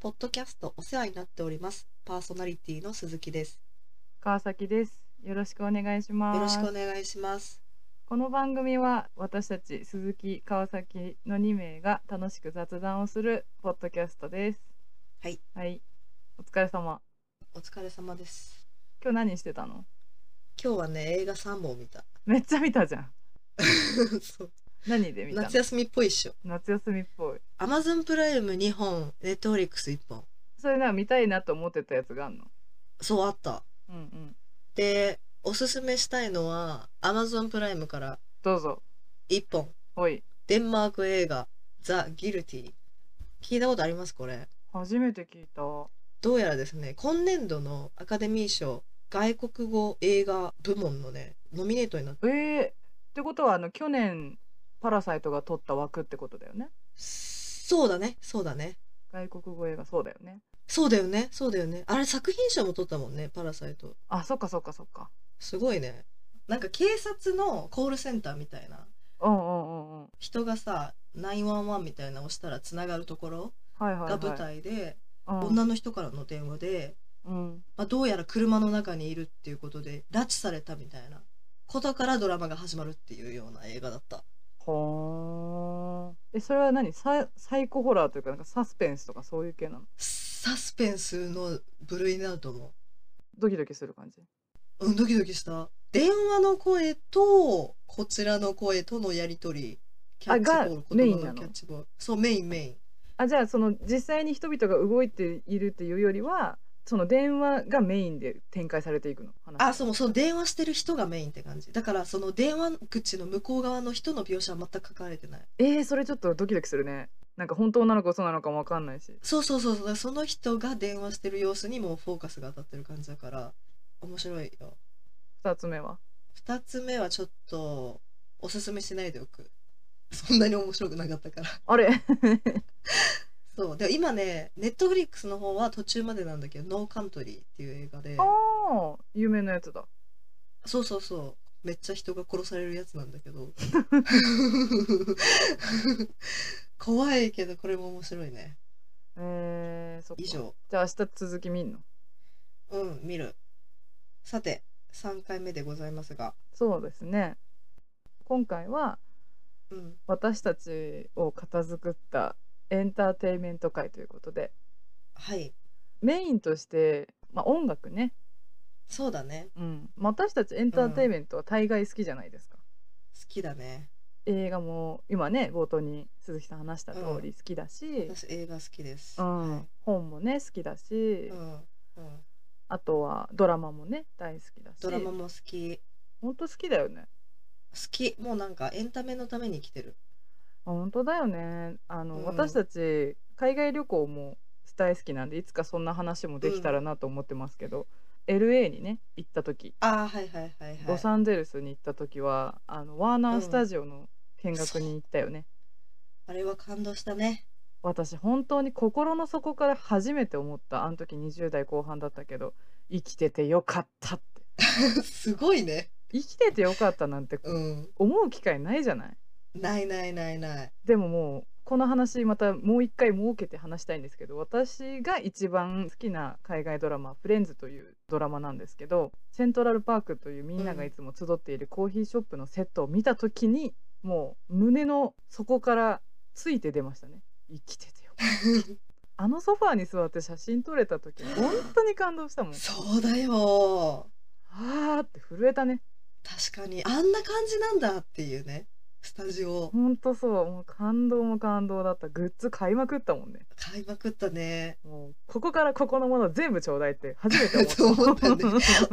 ポッドキャストお世話になっております。パーソナリティの鈴木です。川崎です。よろしくお願いします。よろしくお願いします。この番組は私たち鈴木川崎の2名が楽しく雑談をするポッドキャストです。はい。はい。お疲れ様。お疲れ様です。今日何してたの？今日はね、映画3本見 た。めっちゃ見たじゃん。 そう何で見たの？夏休みっぽいっしょ。夏休みっぽい。アマゾンプライム2本、ネットフリックス1本。それなんか見たいなと思ってたやつがあんの。そうあった。うんうん。で、おすすめしたいのは、アマゾンプライムからどうぞ。 1本、ほい。デンマーク映画、ザ・ギルティ。聞いたことありますこれ。初めて聞いた。どうやらですね今年度のアカデミー賞外国語映画部門のねノミネートになってえー、ってことはあの去年パラサイトが取った枠ってことだよね。そうだねそうだね外国語映画そうだよね。そうだよねそうだよねあれ作品賞も取ったもんねパラサイトあ、そっかそっかそっか。すごいねなんか警察のコールセンターみたいなうんうんうんうん。人がさ911みたいなの押したらつながるところはいはい、はがい、舞台で、うん、女の人からの電話で、うん、まあ、どうやら車の中にいるっていうことで拉致されたみたいなことからドラマが始まるっていうような映画だったほーえそれは何ササイコホラーというかなんかサスペンスとかそういう系なのサスペンスの部類になると思ドキドキする感じう。うん、ドキドキした。電話の声と、こちらの声とのやりとり。キャッチボール、あがメイ言ン葉なののキャッチボール。そう、メインメイン。あじゃあその実際に人々が動いているっていうよりはその電話がメインで展開されていくの話あ、そう、その電話してる人がメインって感じ。だから、その電話口の向こう側の人の描写は全く書かれてない。えー、それちょっとドキドキするねなんか本当なのか嘘なのかもわかんないしそうそうそうそう、その人が電話してる様子にもうフォーカスが当たってる感じだから、面白いよ。 2つ目は二つ目はちょっと、おすすめしないでおく。そんなに面白くなかったから。あれそうで今ねネットフリックスの方は途中までなんだけど「ノーカントリー」っていう映画でああ有名なやつだそうそうそうめっちゃ人が殺されるやつなんだけ ど怖いけどこれも面白いねえー、そっか以上じゃあ明日続き見んのうん見るさて3回目でございますがそうですね今回はうん私たちを片付くったエンターテインメント界ということではいメインとして、まあ、音楽ね、そうだねうん、まあ私たちエンターテインメントは大概好きじゃないですか、好きだね映画も今ね冒頭に鈴木さん話した通り好きだし、私映画好きですうはんい、本もね好きだし、うんうんあとはドラマもね大好きだしドラマも好き本当好きだよね好きもうなんかエンタメのために生きてるあ本当だよねあの、うん私たち海外旅行も大好きなんでいつかそんな話もできたらなと思ってますけど、LA にね行った時ああはいはいはいはロいサンゼルスに行った時はあのワーナうーんスタジオの見学に行ったよね、あれは感動したね私本当に心の底から初めて思ったあの時20代後半だったけど生きててよかったってすごいね。生きててよかったなんてうん。思う機会ないじゃないないないないない。でももうこの話またもう一回設けて話したいんですけど私が一番好きな海外ドラマ「フレンズ」というドラマなんですけどセントラルパークというみんながいつも集っているコーヒーショップのセットを見た時に、もう胸の底からついて出ましたね生きててよあのソファーに座って写真撮れた時本当に感動したもんそうだよ。あーって震えたね確かにあんな感じなんだっていうね。スタジオほんとそうもう感動も感動だったグッズ買いまくったもんね買いまくったね。もうここからここのもの全部ちょうだいって初めてそう思思っったた。ね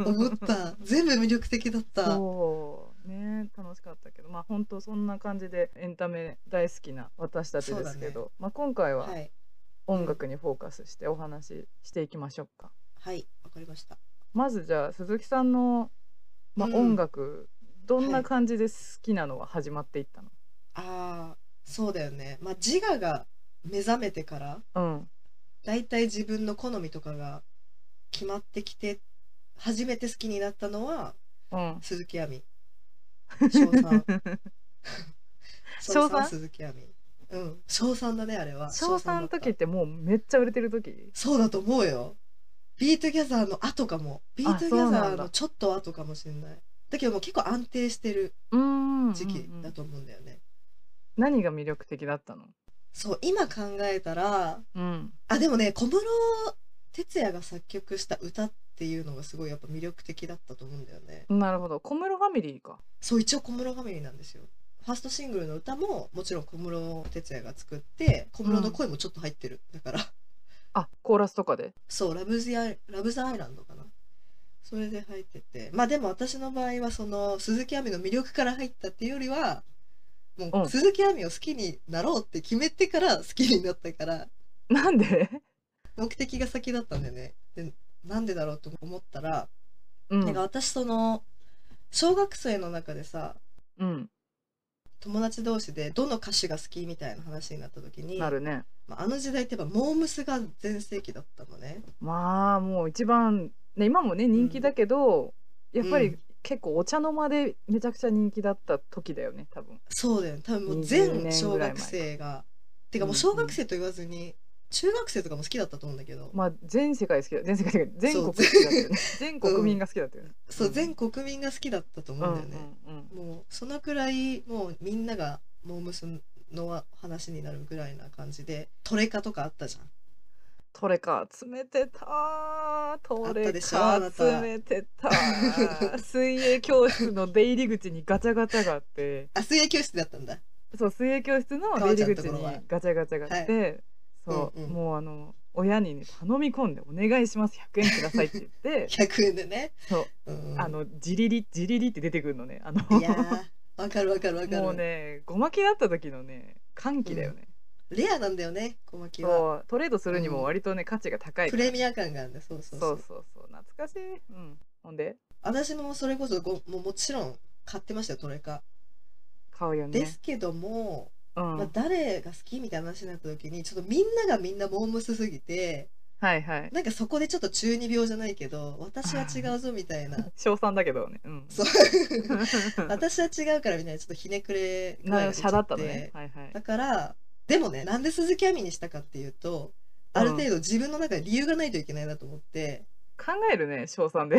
思った。全部魅力的だった。そうね楽しかったけどまあ本当そんな感じでエンタメ大好きな私たちですけそうだど、まあ、今回ははい音楽にフォーカスしてお話ししていきましょうか。はいわかりました。まずじゃあ鈴木さんの、まあ、うん音楽、どんはない感じで好きなのは始まっていったの、ああそうだよね。まあ自我が目覚めてからうんだいたい自分の好みとかが決まってきて初めて好きになったのは うん鈴木亜美。翔さん。翔さん鈴木亜美。うん賞賛だねあれは小3の賞時っ賛だったてもうめっちゃ売れてる時そうだと思うよビートギャザーの後かもビートギャザーのちょっと後かもしれないだけどもう結構安定してるうーん時期うんうだんと思うんだよね、何が魅力的だったのそう今考えたらうんあでもね小室哲哉が作曲した歌っていうのがすごいやっぱ魅力的だったと思うんだよねなるほど小室ファミリーかそう一応小室ファミリーなんですよファーストシングルの歌ももちろん小室哲哉が作って小室の声もちょっと入ってる、だからあコーラスとかで そうラブズアイラブザアイランドかなそれで入っててまあでも私の場合はその鈴木亜美の魅力から入ったっていうよりはもううん鈴木亜美を好きになろうって決めてから好きになったからなんで目的が先だったんだよねでなんでだろうと思ったら、うんなんか私その小学生の中でさうん友達同士でどの歌手が好きみたいな話になった時になるねまあ、あの時代ってやっぱモームスが全盛期だったのねまあもう一番ね今もね人気だけど、やっぱうりん結構お茶の間でめちゃくちゃ人気だった時だよね多分そうだよね多分もう20全年小ぐらい前学生がてかもう小学生と言わずに中学生とかも好きだったと思うんだけど、まあ全世界好きだ全世界というか全 そ国う好きだったよね全国民が好きだったよね、そう全国国民が好きだったとう思んううんんだよね、もうそのくらいもうみんながモームスの話になるぐらいな感じでトレカとかあったじゃんトレカ詰めてたトあったレでしょカあなた詰めてた水泳教室の出入り口にガチャガチャがあってあ水泳教室だったんだそう水泳教室の出入り口にガチャガチャがあって、そう、うんうんもうあの親にね頼み込んで「お願いします100円ください」って言って100円でねそう、 うん、あのじりりじりりって出てくるのねあのいやーわかるわかるわかるもうねごまきだった時のね歓喜だよね、レアなんだよね小牧はそうトレードするにも割とね価値が高いプレミア感があるんだそうそそううそそううそう懐かしい、うん、ほんで私もそれこそごもうもちろん買ってましたよトレカ、買うよねですけども、うん、まあ、誰が好きみたいな話になった時にちょっとみんながみんなモームスすぎては いはいなんかそこでちょっと中二病じゃないけど私は違うぞみたいな賞賛だけどねうん そう私は違うからみたいなちょっとひねくれ具合なが出ちゃっ謝てだったのねはいはいだからでもねなんで鈴木亜美にしたかっていうとある程度自分の中で理由がないといけないなと思って考えるね 賞賛で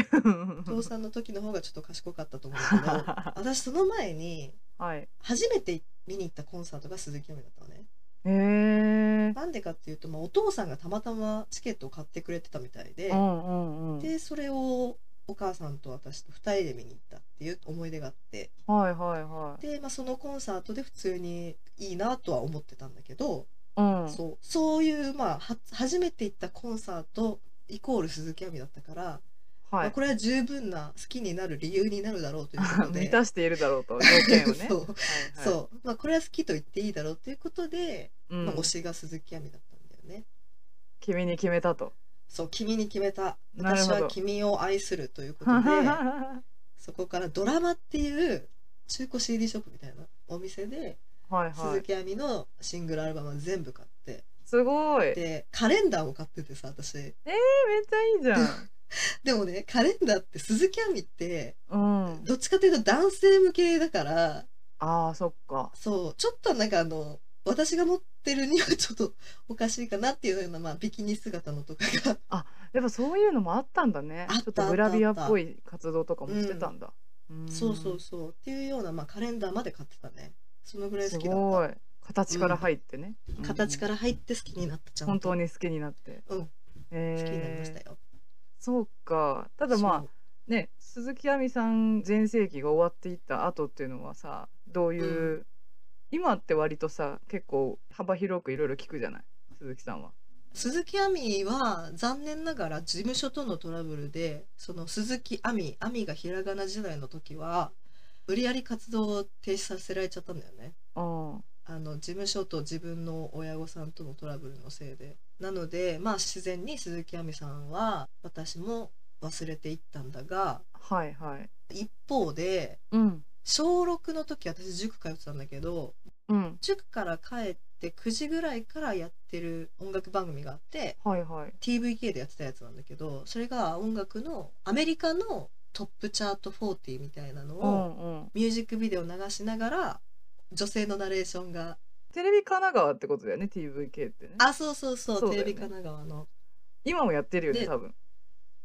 父 さんの時の方がちょっと賢かったと思うんだけど私その前にはい。初めて見に行ったコンサートが鈴木亜美だったのねへえ。なんでかっていうと、まあ、お父さんがたまたまチケットを買ってくれてたみたいでう、んうんうん。でそれをお母さんと私と2人で見に行ったっていう思い出があってはいはいはい。で、まあ、そのコンサートで普通にいいなとは思ってたんだけど、うん。そうそういう、まあ、は初めて行ったコンサートイコール鈴木亜美だったから、まはあい。これは十分な好きになる理由になるだろうということで 満たしているだろ うと条件をね。そうはいはいそう、まあ、これは好きと言っていいだろうということで、うんまあ、推しが鈴木亜美だったんだよね。君に決め たと。そう君に決めたなるほ私どは君を愛するということ ではそこからドラマっていう中古 CD ショップみたいなお店でいはい。鈴木亜美のシングルアルバムを全部買ってすごい。えめっでカレンダーも買っててさ私ちゃいいじゃ でもねカレンダーって鈴木亜美ってん。うん。どっちかというと男性向けだからああそっか。そうちょっとなんかあの私が持ってるにはちょっとおかしいかなっていうような、まあ、ビキニ姿のとかがやっぱそういうのもあったんだね。あっちょたっとグラビアっぽい活動とかもしてたんだ。んそうそう。そうっていうような、まあ、カレンダーまで買ってたねそのぐらいす好きだったごい。形から入ってね。。形からら入って好きになったちゃんと本当に好きになって。うん好好えきになりえましたよ、そうか。ただまあそうね、鈴木亜美さん全盛期が終わっていった後っていうのはさどういう、う今って割とさ結構幅広くいろいろ聞くじゃない鈴木さんは。鈴木亜美は残念ながら事務所とのトラブルでその鈴木亜美亜美がひらがな時代の時は無理やり活動を停止させられちゃったんだよねうんあの事務所と自分の親御さんとのトラブルのせいでなのでまあ自然に鈴木亜美さんは私も忘れていったんだがはいはい。一方でうん小6の時私塾通ってたんだけどうん塾から帰って9時ぐらいからやってる音楽番組があってはいはい。 TVK でやってたやつなんだけどそれが音楽のアメリカのトップチャート40みたいなのうをんうん。ミュージックビデオ流しながら女性のナレーションがテレビ神奈川ってことだよね TVK ってねあそうそうそうそうだテよレねビ神奈川の今もやってるよねで多分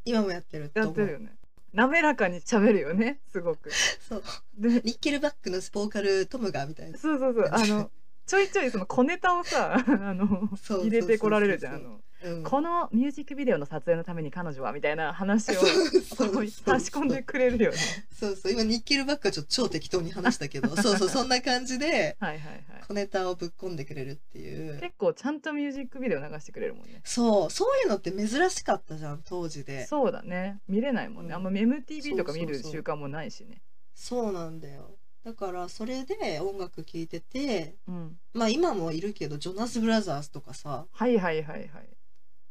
今もやってるとや思っうてるよね滑らかに喋るよねすごく そうでニッケルバックのボーカルトムがみたいなそうそうそうあのちょいちょいその小ネタをさ あのそうそうそうそう入れてこられるじゃんあのうんこのミュージックビデオの撮影のために彼女はみたいな話をそうそう そうこう差し込んでくれるよねそうそう今ニッケルバックはちょっと超適当に話したけ どそうそうそんな感じではいはいはい小ネタをぶっこんでくれるっていう結構ちゃんとミュージックビデオ流してくれるもんねそうそういうのって珍しかったじゃん当時でそうだね見れないもんね、うんあんま MTV とかそうそうそう見る習慣もないしねそうなんだよだからそれで音楽聴いててうんまあ今もいるけどジョナス・ブラザーズとかさはいはいはいはい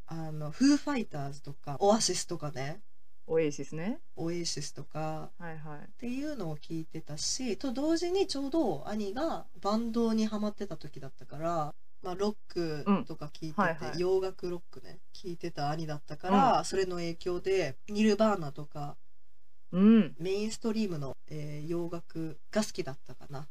あのフーファイターズとかオアシスとかねオエシスねオエシスとかはいはいっていうのを聞いてたしと同時にちょうど兄がバンドにハマってた時だったから、まあ、ロックとか聞いてて、うんはいはい洋楽ロックね聞いてた兄だったから、それの影響でニルバーナとかうんメインストリームの、えー洋楽が好きだったかな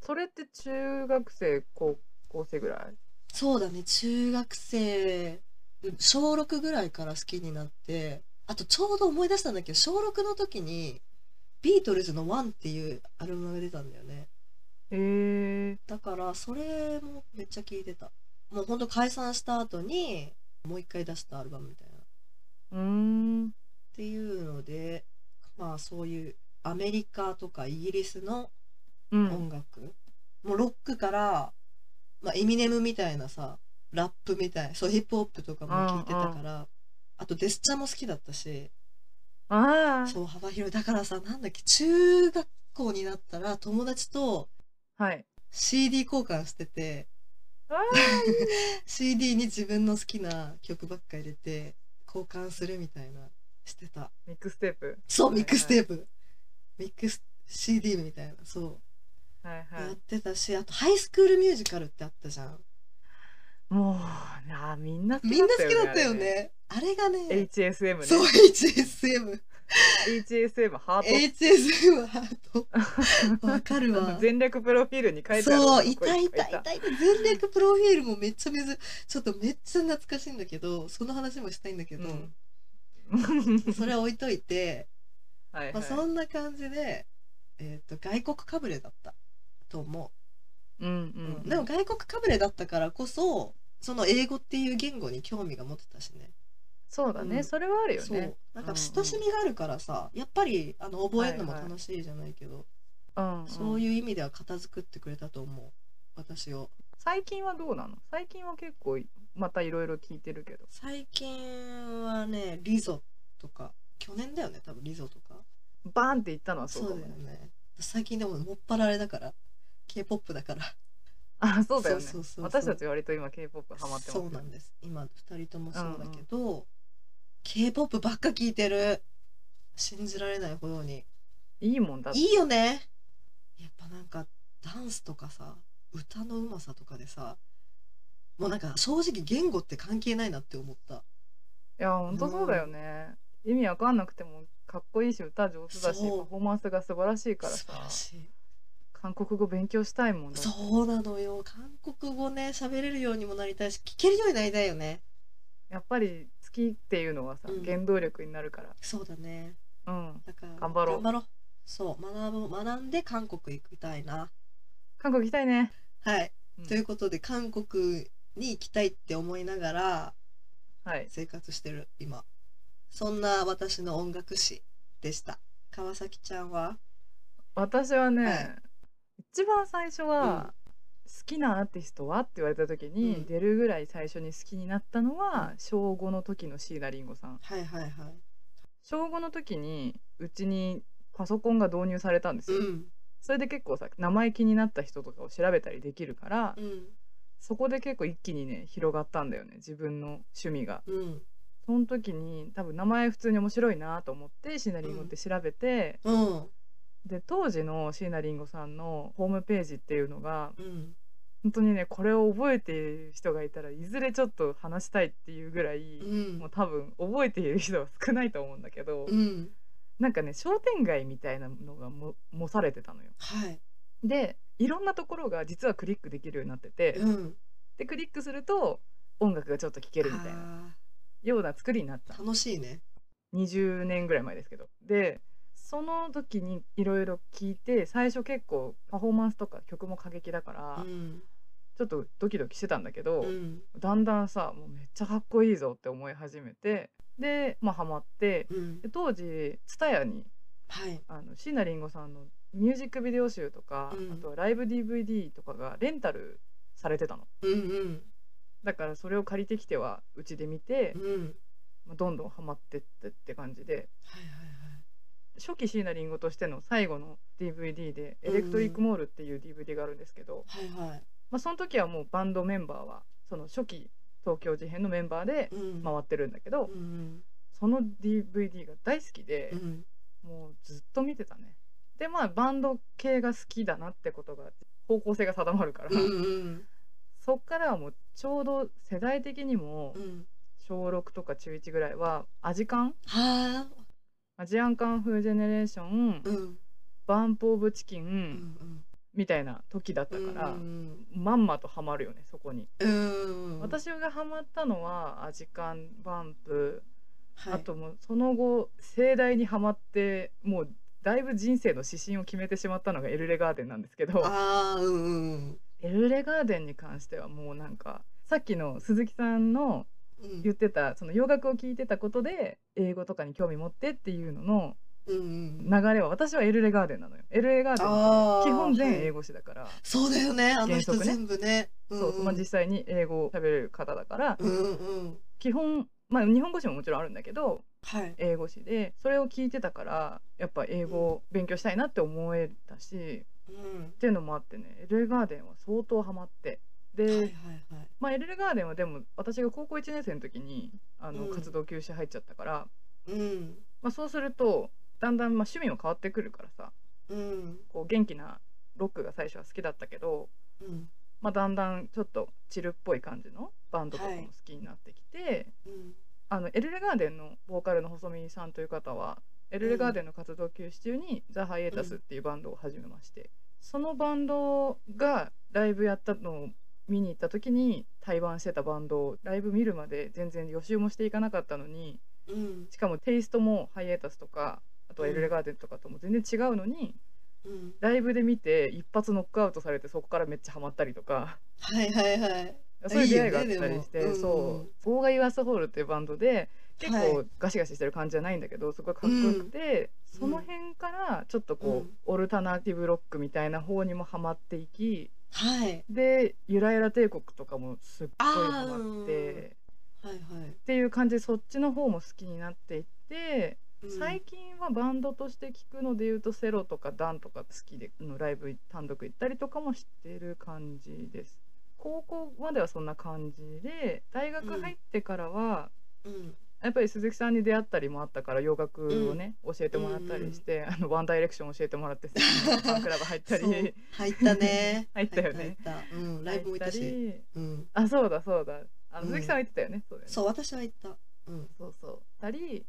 それって中学生高校生ぐらいそうだね中学生うん小6ぐらいから好きになってあとちょうど思い出したんだけど小6の時にビートルズの「ワンっていうアルバムが出たんだよねへえだからそれもめっちゃ聞いてたもうほんと解散した後にもう一回出したアルバムみたいなっうーんていうのでまあそういうアメリカとかイギリスのうん音楽、もうロックから、まあ、エミネムみたいなさラップみたいそうヒップホップとかも聞いてたから、あとデスチャも好きだったしあそう幅広いだからさなんだっけ中学校になったら友達とあはい CD 交換しててあ CD に自分の好きな曲ばっか入れて交換するみたいなしてたミックステープそうはいはいミックステープミックス CD みたいなそう、はいは いやってたしあとハイスクールミュージカルってあったじゃんもうなあみんな好きみんな好きだあったれよねあれがね HSM ねそう HSM HSM ハート HSM ハートわかるわ 全略プロフィールに書いてあるそういたいたいいたいた前略プロフィールもめっちゃめずちょっとめっちゃ懐かしいんだけどその話もしたいんだけど、うんそれは置いといて、 はいまはあ、いそんな感じで、えー、と外国かぶれだったと思うんう、うんうんでも外国かぶれだったからこそその英語っていう言語に興味が持てたしねそうだね、うんそれはあるよそねうなんか親しみがあるからさ、やっぱりあの覚えるのもはいはい楽しいじゃないけど、うんうんそういう意味では片付くってくれたと思う私を最近はどうなの最近は結構またいろいろ聞いてるけど最近はねリゾとか去年だよね多分リゾとかバーンっていったのはそそううかだもよねね最近でももっぱらあれだから k p o p だからあそうだよねそうそうそうそう私たち割と今 K-POP ハマってますそうなんです今2人ともそうだけど、k p o p ばっか聞いてる信じられないほどにいいもんだっていいよねやっぱなんかダンスとかさ歌のうまさとかでさもうなんか正直言語って関係ないなって思ったいや本当そうだよね、意味わかんなくてもかっこいいし歌上手だしパそうフォーマンスが素晴らしいから素さ晴らしい韓国語勉強したいもんだってそうなのよ韓国語ね喋れるようにもなりたいし聞けるようになりたいよねやっぱり好きっていうのはさ、うん原動力になるからそうだねうんだから頑張ろ頑う張ろうそう学ぶ学んで韓国行きたいな韓国行きたいねはい、うんということで韓国に行きたいって思いながらはい生活してる今そんな私の音楽史でした川崎ちゃんは私はね、はい一番最初は、うん好きなアーティストはって言われた時に、うん出るぐらい最初に好きになったのは、小5の時の椎名林檎さんはいはいはい小5の時にうちにパソコンが導入されたんですうよ、んそれで結構さ生意気になった人とかを調べたりできるから、うんそこで結構一気にね広がったんだよね自分の趣味がうんその時に多分名前普通に面白いなと思って椎名林檎って調べて、うんで当時の椎名林檎さんのホームページっていうのがうん本当にねこれを覚えている人がいたらいずれちょっと話したいっていうぐらい、うんもう多分覚えている人は少ないと思うんだけど、うんなんかね商店街みたいなのがも模されてたのよ。はいでいろんなところが実はクリックできるようになってて、うんでクリックすると音楽がちょっと聴けるみたいなあような作りになったー楽しいね20年ぐらい前ですけどでその時にいろいろ聞いて最初結構パフォーマンスとか曲も過激だから、うんちょっとドキドキしてたんだけど、うんだんだんさもうめっちゃかっこいいぞって思い始めてでまあハマってうんで当時 TSUTAYA にはいあの椎名林檎さんのミュージックビデオ集とか、うんあとはライブ DVD とかがレンタルされてたのうんうんだからそれを借りてきてはうちで見て、うんまあどんどんハマってってって感じではい初期椎名林檎としての最後の DVD で「エレクトリック・モール」っていう DVD があるんですけど、はいはいはいはいまあ、その時はもうバンドメンバーはその初期東京事変のメンバーでうん回ってるんだけど、うんその DVD が大好きでう、んもうずっと見てたねでまあバンド系が好きだなってことが方向性が定まるから、うんうんそっからはもうちょうど世代的にもうん小6とか中1ぐらいはアジカンはあアジアンカンフージェネレーション、うんうんバンプ・オブ・チキン、うんみたいな時だったうんかうら、んまんまとハマるよねそこに、うん私がハマったのはアジカンバンプ、はいあともうその後盛大にハマってもうだいぶ人生の指針を決めてしまったのがエルレガーデンなんですけどああうんうんエルレガーデンに関してはもうなんかさっきの鈴木さんのうん言ってたその洋楽を聴いてたことで英語とかに興味持ってっていうののうんうん流れは私はエルレガーデンなのよエルレガーデンあっーて基本全英語詞だから、そうだよねあの人原則ね全部ねうんそうまあ、実際に英語を喋れる方だから、うんうん基本まあ日本語詞ももちろんあるんだけどはい英語詞でそれを聞いてたからやっぱ英語を勉強したいなって思えたし、っうんていうのもあってねエルレガーデンは相当ハマってで、はいはいはいまあエルレガーデンはでも私が高校1年生の時にあのうん活動休止入っちゃったから、うんまあ、そうするとだんだんまあ趣味も変わってくるからさうんこう元気なロックが最初は好きだったけど、うんまあ、だんだんちょっとチルっぽい感じのバンドとかも好きになってきて。うんあのエルレガーデンのボーカルの細見さんという方はエルレガーデンの活動休止中に、ザ・ハイエータスっていうバンドを始めまして、そのバンドがライブやったのを見に行った時に対バンしてたバンドをライブ見るまで全然予習もしていかなかったのにうんしかもテイストもハイエータスとかあとはエルレガーデンとかとも全然違うのに、うんライブで見て一発ノックアウトされてそこからめっちゃハマったりとか。はいはいはいそういう出会いがあったりして、いいよねでもうんうそんう「ゴーガイ・ワスホール」っていうバンドで結は構ガシガシしてる感じじゃないんだけどすごいかっこよくて、その辺からちょっとこう、うんオルタナティブロックみたいな方にもハマっていきはいで「ゆらゆら帝国」とかもすっごいハあーうんマうっんて、うんはいはいっていう感じでそっちの方も好きになっていって、うん最近はバンドとして聴くのでいうとセロとかダンとか好きであのライブ単独行ったりとかもしてる感じです高校まではそんな感じで大学入ってからは、うんやっぱり鈴木さんに出会ったりもあったから洋楽をね、教えてもらったりして、あのワンダイレクション教えてもらって さファンクラブ入ったそう り入ったね 入ったよね入った入ったうんライブも行ったし入っうんたりあそうだそうだあうんの鈴木さんは言ってたよね、そうだよねそう私は行ったうんそうそうたり、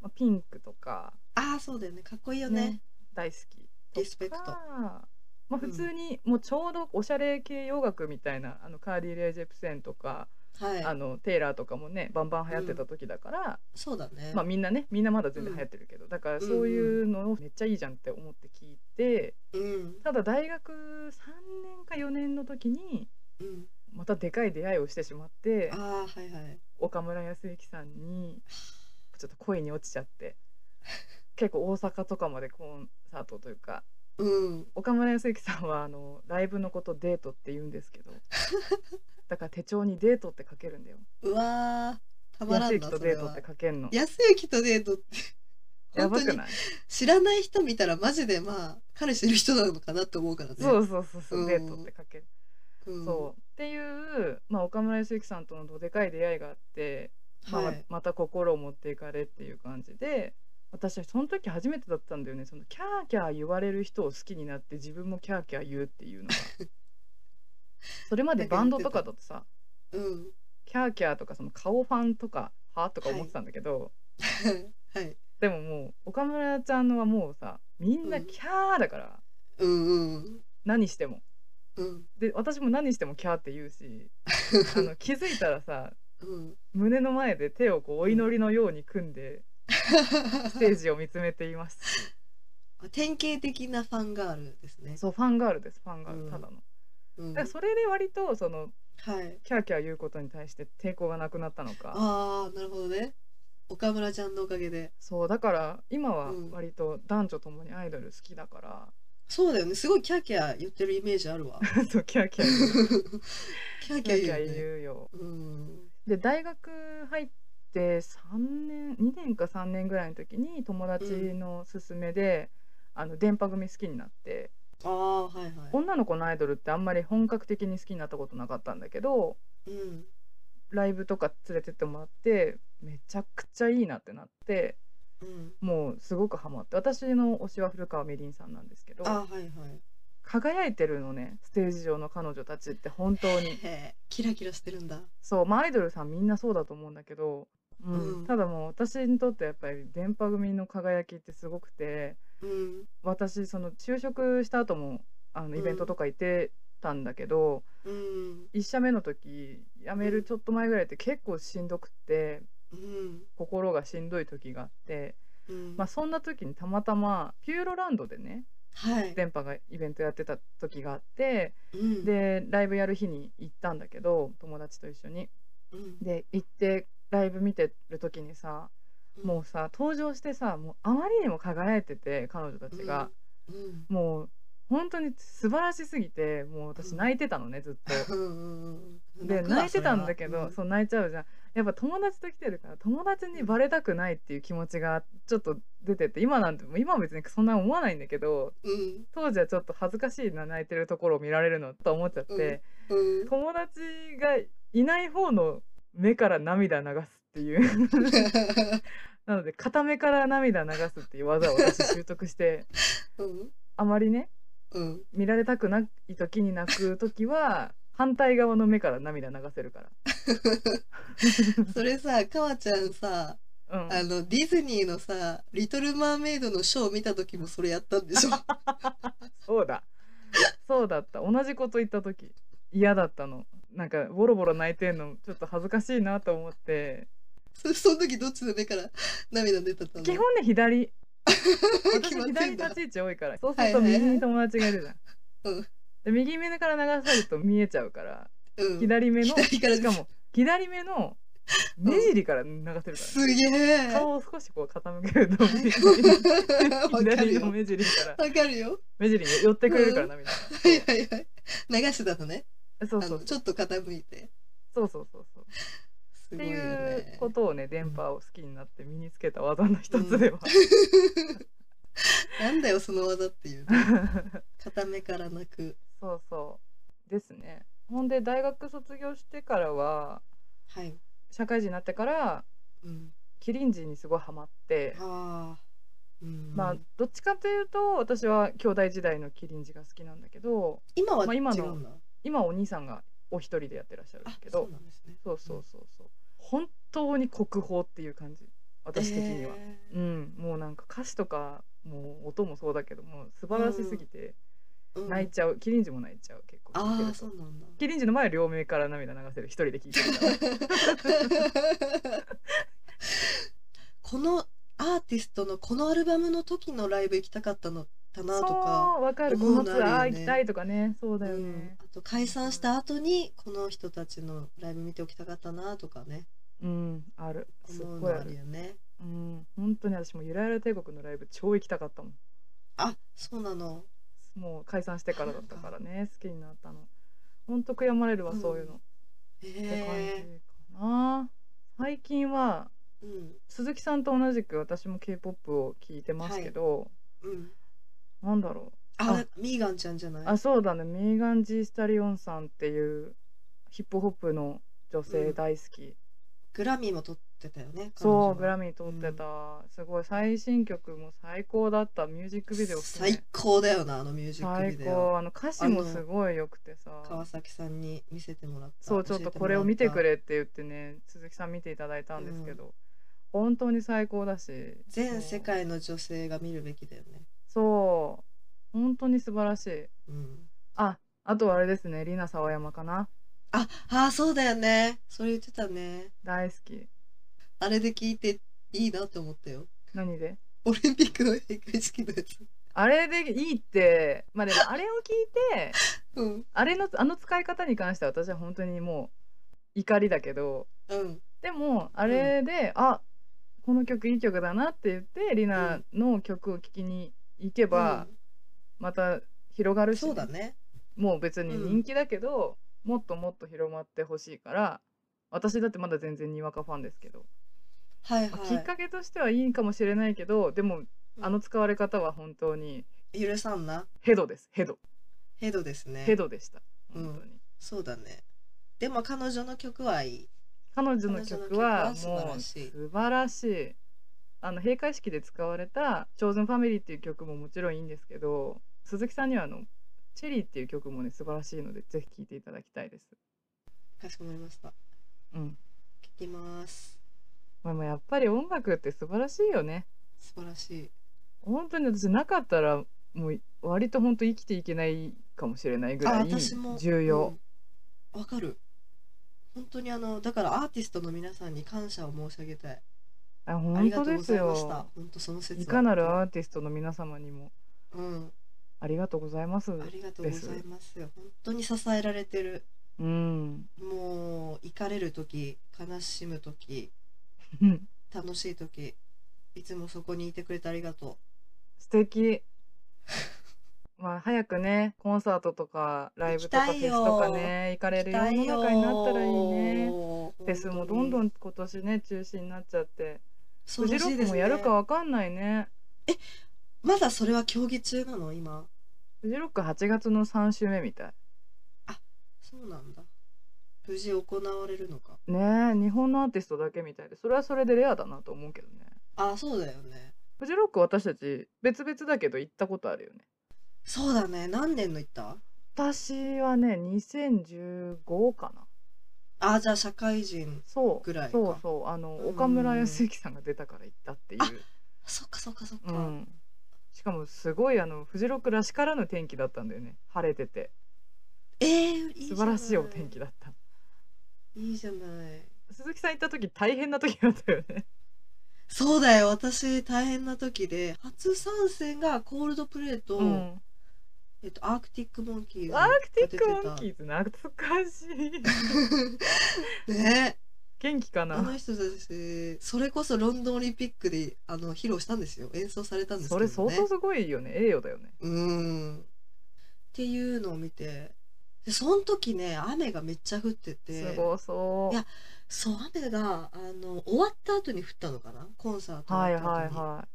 まあ、ピンクとかああそうだよねかっこいいよね大好きリスペクトまあう普ん通にもうちょうどおしゃれ系洋楽みたいなあのカーディ・レイ・ジェプセンとか、あはのテイラーとかもねバンバン流行ってた時だから、いそうだねまあみんなねみんなまだ全然流行ってるけど、だからそういうのをめっちゃいいじゃんって思って聞いてうんただ大学3年か4年の時にうんまたでかい出会いをしてしまってああはいはい岡村康之さんにちょっと恋に落ちちゃって結構大阪とかまでコンサートというかうん岡村康之さんはあのライブのことデートって言うんです けどだから手帳にデートって書けるんだようわーたまらん康之なとそデれートっはて書けんの安行とデートってやば本当くにない知らない人見たらマジでまあ彼氏いる人なのかなと思うからねそうそうそうそう、うんデートって書ける、うんそうっていう、まあ、岡村康之さんとのどでかい出会いがあって、まあはいまた心を持っていかれっていう感じで私はその時初めてだったんだよねそのキャーキャー言われる人を好きになって自分もキャーキャー言うって いうのがそれまでバンドとかだとさうん キャーキャーとかその顔ファンとかはとか思ってたんだけど、はいでももう岡村ちゃんのはもうさみんなうんキャーだから、うんうん何してもうんで私も何してもキャーって言うしあの気づいたらさ うん胸の前で手をこうお祈りのように組んでステージを見つめています 典型的なファンガールですね。そうファンガールですファンガール、うんただのうんだからそれで割とそのはい。キャーキャー言うことに対して抵抗がなくなったのかああ、なるほどね。岡村ちゃんのおかげで。そうだから今はうん割と男女ともにアイドル好きだから、そうだよね。すごいキャーキャー言ってるイメージあるわ。 そうキャーキャキー言うャーキキャャーーキ言ャう,、ーね、言うよ。うん。で大学入って3年2年か3年ぐらいの時に友達の勧めで、あの電波組好きになってああ、はいは女の子のアイドルってあんまり本格的に好きになったことなかったんだけどい。うん。ライブとか連れてってもらってめちゃくちゃいいなってなってうん。もうすごくハマって私の推しは古川メリンさんなんですけどああ、はいはい。輝いてるのねステージ上の彼女たちって本当にへえ、キラキラしてるんだ。そうまあアイドルさんみんなそうだと思うんだけど、うんうんただもう私にとってやっぱり電波組の輝きってすごくてうん。私その就職した後もあのイベントとか行ってたんだけど、うん。一1社目の時辞めるちょっと前ぐらいって結構しんどくってうん。心がしんどい時があって、うん。まあ、そんな時にたまたまピューロランドでねはい。電波がイベントやってた時があってうん、でライブやる日に行ったんだけど友達と一緒に。うん、で行ってライブ見てる時にさもうさ登場してさもうあまりにも輝いてて彼女たちが、うん。もう本当に素晴らしすぎてもう私うん泣いてたのねずっうと。んうんうん。でくわ泣いてたんだけど、そそう泣いちゃうじゃんやっぱ友達と来てるから友達にバレたくないっていう気持ちがちょっと出てて今なんてもう今は別にそんな思わないんだけどれはうん。当時はちょっと恥ずかしいな泣いてるところを見られるのと思っちゃって、うん。うん。友達がいない方の目から涙流すっていう。なので片目から涙流すっていう技を私習得して うん。あまりねうん。見られたくない時に泣く時は反対側の目から涙流せるかそれさ、かわちゃんさ、ら、うん、あの、ディズニーのさ、リトル・マーメイドのショーを見た時もそれやったんでし ょそうだそうだった同じこと言った時嫌だったのなんかボロボロ泣いてんのちょっと恥ずかしいなと思ってそその時どっちの目から涙出てたの基本ね 左私決まってんだ左立ち位置多いからそうするとはいはいはい右に友達がいるじゃん、うんで右目から流されると見えちゃうからうん、左目の左からしかも左目の目尻から流せるかすげえら、顔を少しこう傾けると右わかる 左よの目尻からわかるよ目尻に寄ってくれるからなみたいはいはいはい流してたのねなそうあそのうちょっと傾いてそうそうそうそうすっごていよいうねことをね電波を好きになって身につけた技の一つでは、 なんだよその技っていう片目から泣く そうそうですねほんで大学卒業してからははい、社会人になってからうん、キリンジにすごいハマって、ああうんまあどっちかというと私は兄弟時代のキリンジが好きなんだけど今はまあ違うんだ、今の今お兄さんがお一人でやってらっしゃるんですけあそどうなんですねそうそうそうそう本当に国宝っていう感じ私的には、えーうんもうなんか歌詞とかもう音もそうだけどもう素晴らしすぎてうん泣いちゃう、キリンジも泣いちゃう結構聴いてあるあとそうなんだキリンジの前は両目から涙流せる一人で聴いてるから このアーティストのこのアルバムの時のライブ行きたかったのかなとかそうわかるこ思うののツあるよねアー行きたいとかねそうだようんね、あと解散した後にこの人たちのライブ見ておきたかったなとかねうん、あるすっ思うごいのああるるよねうん本当に私もゆらゆら帝国のライブ超行きたかったもんあそうなのもう解散してからだったからね好きになったのほんと悔やまれるわうんそういうの、って感へえじかな最近はうん鈴木さんと同じく私も k p o p を聞いてますけど、うんなんだろああミーガンちゃんじゃなういあそうだねメーガン・ジー・スタリオンさんっていうヒップホップの女性大好き、グラミーも取ってたよねそうグラミミー取ってた、すごい最新曲も最高だったミュージックビデオ含め最高だよなあのミュージック最ビデオ高あの歌詞もすごい良くてさ川崎さんに見せてもらったそうちょっとこれを見てくれれって言ってね鈴木さん見ていただいたんですけど、本当に最高だし全世界の女性が見るべきだよねそう本当に素晴らしいうんああとはあれですね、リナ沢山かな。ああーそうだよねそれ言ってたね大好き。あれで聞いていいなって思ったよ何でオリンピックの閉会式のやつあれでいいって、まあでもあれを聞いて、うんあれの、あの使い方に関しては私は本当にもう怒りだけど、うんでもあれで、あこの曲いい曲だなって言ってリナの曲を聴きに行けば、また広がうるん、し、そうだねもう別に人気だけど、もっともっと広まってほしいから私だってまだ全然にわかファンですけど、はいまあはいきっかけとしてはいいかもしれないけどでもあの使われ方は本当に許さんなヘドですヘドヘドですねヘドでしたうん本当に、そうだねでも彼女の曲はいい彼女の曲は彼女の曲もはう素晴らしい素晴らしいあの閉会式で使われた「Chosen Family」っていう曲ももちろんいいんですけど鈴木さんにはあの「チェリー」っていう曲もね素晴らしいのでぜひ聴いていただきたいです。かしこまりましたうん、聞きますまあ、もうやっぱり音楽って素晴らしいよね。素晴らしい本当に私なかったらもう割と本当生きていけないかもしれないぐあらい私も重要。うんわ、かる本当にあのだからアーティストの皆さんに感謝を申し上げたいああり本が当とうでごすざいましたよ。本当その説いかなるアーティストの皆様にもうんありがとうございます。ありがとうございますよ本当に支えられてるうん、もう怒れる時悲しむ時楽しい時いつもそこにいてくれてありがと 素敵 まあ早くねコンサートとかライブとか行フきたいェスよとかね行かうれる世の中になったらいいねフフェスもどんどんん今年ね中止になっちゃってそフジロックもやるかね、わかんないねまだそれは競技中なの今フジロック8月の3週目みたいそうなんだ無事行われるのかねえ日本のアーティストだけみたいでそれはそれでレアだなと思うけどねあそうだよねフジロック私たち別々だけど行ったことあるよねそうだね何年の行った私はね2015かなあじゃあ社会人そうぐらいかそうそうあの、うん岡村康之さんが出たから行ったっていうそっかそっかそっか、うん、しかもすごいあのフジロックらしからぬ天気だったんだよね晴れててえー、いいじ素ゃ晴ならしいお天気だったいいじゃない鈴木さん行った時大変な時だったよねそうだよ私大変な時で初参戦がコールドプレイと、うんえっと、アークティックモンキーズアークティックが出てたモンキーズ懐かしいね元気かあのな人たちそれこそロンドンオリンピックであの披露したんですよ演奏されたんですけそど、ね、れ相当すごいよね栄誉だよねうーんっていうのを見てでその時ね雨がめっちゃ降っててすごそういいやそう雨があの終わった後に降ったのかなコンサートのはい後に、はいは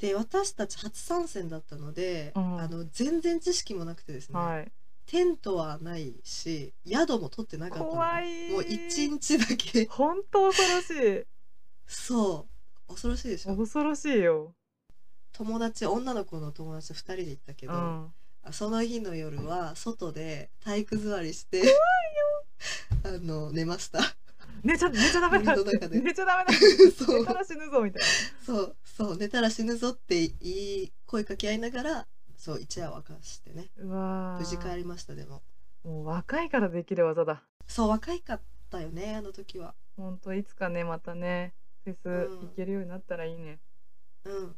で私たち初参戦だったので、うんあの全然知識もなくてですいね、はいテントはないし宿も取ってなかったの怖いもう一日だけ本当恐 ろしそう恐ろしいでしいょ恐ろしいよ、友達女の子の友達と2人で行ったけうど、ん、その日の夜は外で体育座りして あの寝ました寝ちゃ寝ちゃダメだ森の中で 寝ちゃダメだ そ寝うたら死ぬぞみたいなそうそう寝たら死ぬぞって言い声かけ合いながらそう一夜を明かしてねうわー無事帰りましたでももう若いからできる技だそう若いかったよねあの時はほんといつかねまたねフェスうん行けるようになったらいいね、うん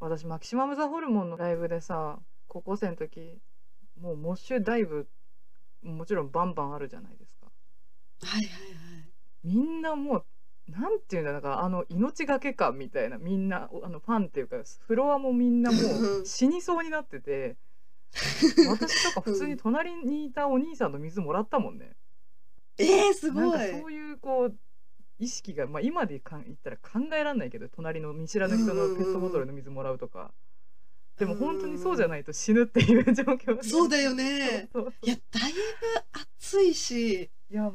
私マキシマム・ザ・ホルモンのライブでさ高校生の時もうモッシュダイブもちろんバンバンあるじゃないですかはいはいはいみんなもうなんていうんだだからあの命がけ感みたいなみんなあのファンっていうかフロアもみんなもううん死にそうになってて私とか普通に隣にいたお兄さんの水もらったもんねえー、すなんごかいそういうこう意識が、まあ、今でかん言ったら考えられないけど隣の見知らぬ人のペットボトルの水もらうとか、でも本当にそうじゃないと死ぬっていう状況そうだよねそうそういやだいぶ暑いしいやもう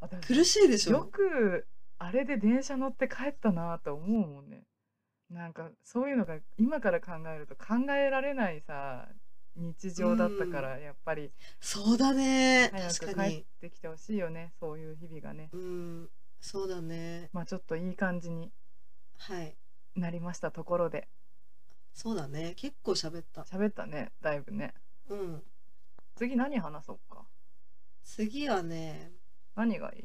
私苦しいでしよょくあれで電車乗って帰ったなと思うもんねなんかそういうのが今から考えると考えられないさ日常だったからやっぱりそうだね早確く帰かっにてきてほしいよねそういう日々がねうんそうだねまあちょっといい感じにはいなりましたところでそうだね結構喋った喋ったねだいぶねうん次何話そうか次はね、何がいい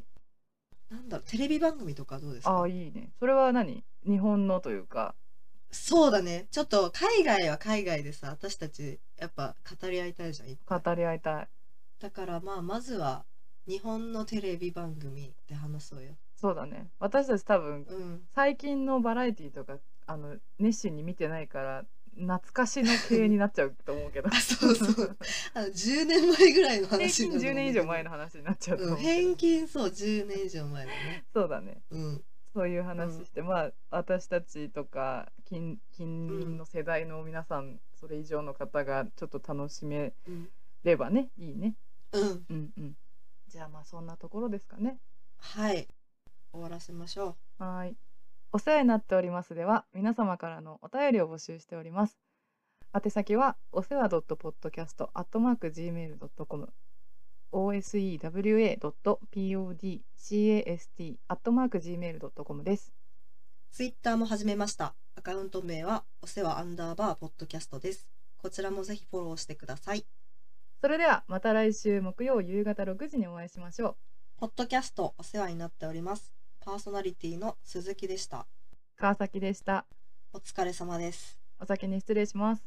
なんだろう、テレビ番組とかどうですあかあいいねそれは何日本のというかそうだね。ちょっと海外は海外でさ、私たちやっぱ語り合いたいじゃん。いっぱい語り合いたいだからまあ、まずは日本のテレビ番組で話そうよ。そうだね私たち多分うん。最近のバラエティーとかあの熱心に見てないから懐かしの系になっちゃうと思うけどあそうそうあの10年前ぐらいの平話均10年以上前の話になっちゃうとう思ん、うけど、平均そう10年以上前のね、そうだねうん、そういう話して、まあ私たちとか近近隣の世代の皆さん、それ以上の方がちょっと楽しめうん、ればねいいねうん、うんうんじゃあまあそんなところですかねはい終わらせましょはーい。お世話になっておりますでは、皆様からのお便りを募集しております。宛先は、お世話 .podcast.gmail.com、osewa.podcast.gmail.com です。うツイッターも始めましたアカウント名はお世話アンダーバーポッドキャストですこちらもぜひフォローしてくださいそれでは、また来週木曜夕方6時にお会いしましょう。ポッドキャストお世話になっておりますパーソナリティの鈴木でした川崎でした。お疲れ様ですお先に失礼します。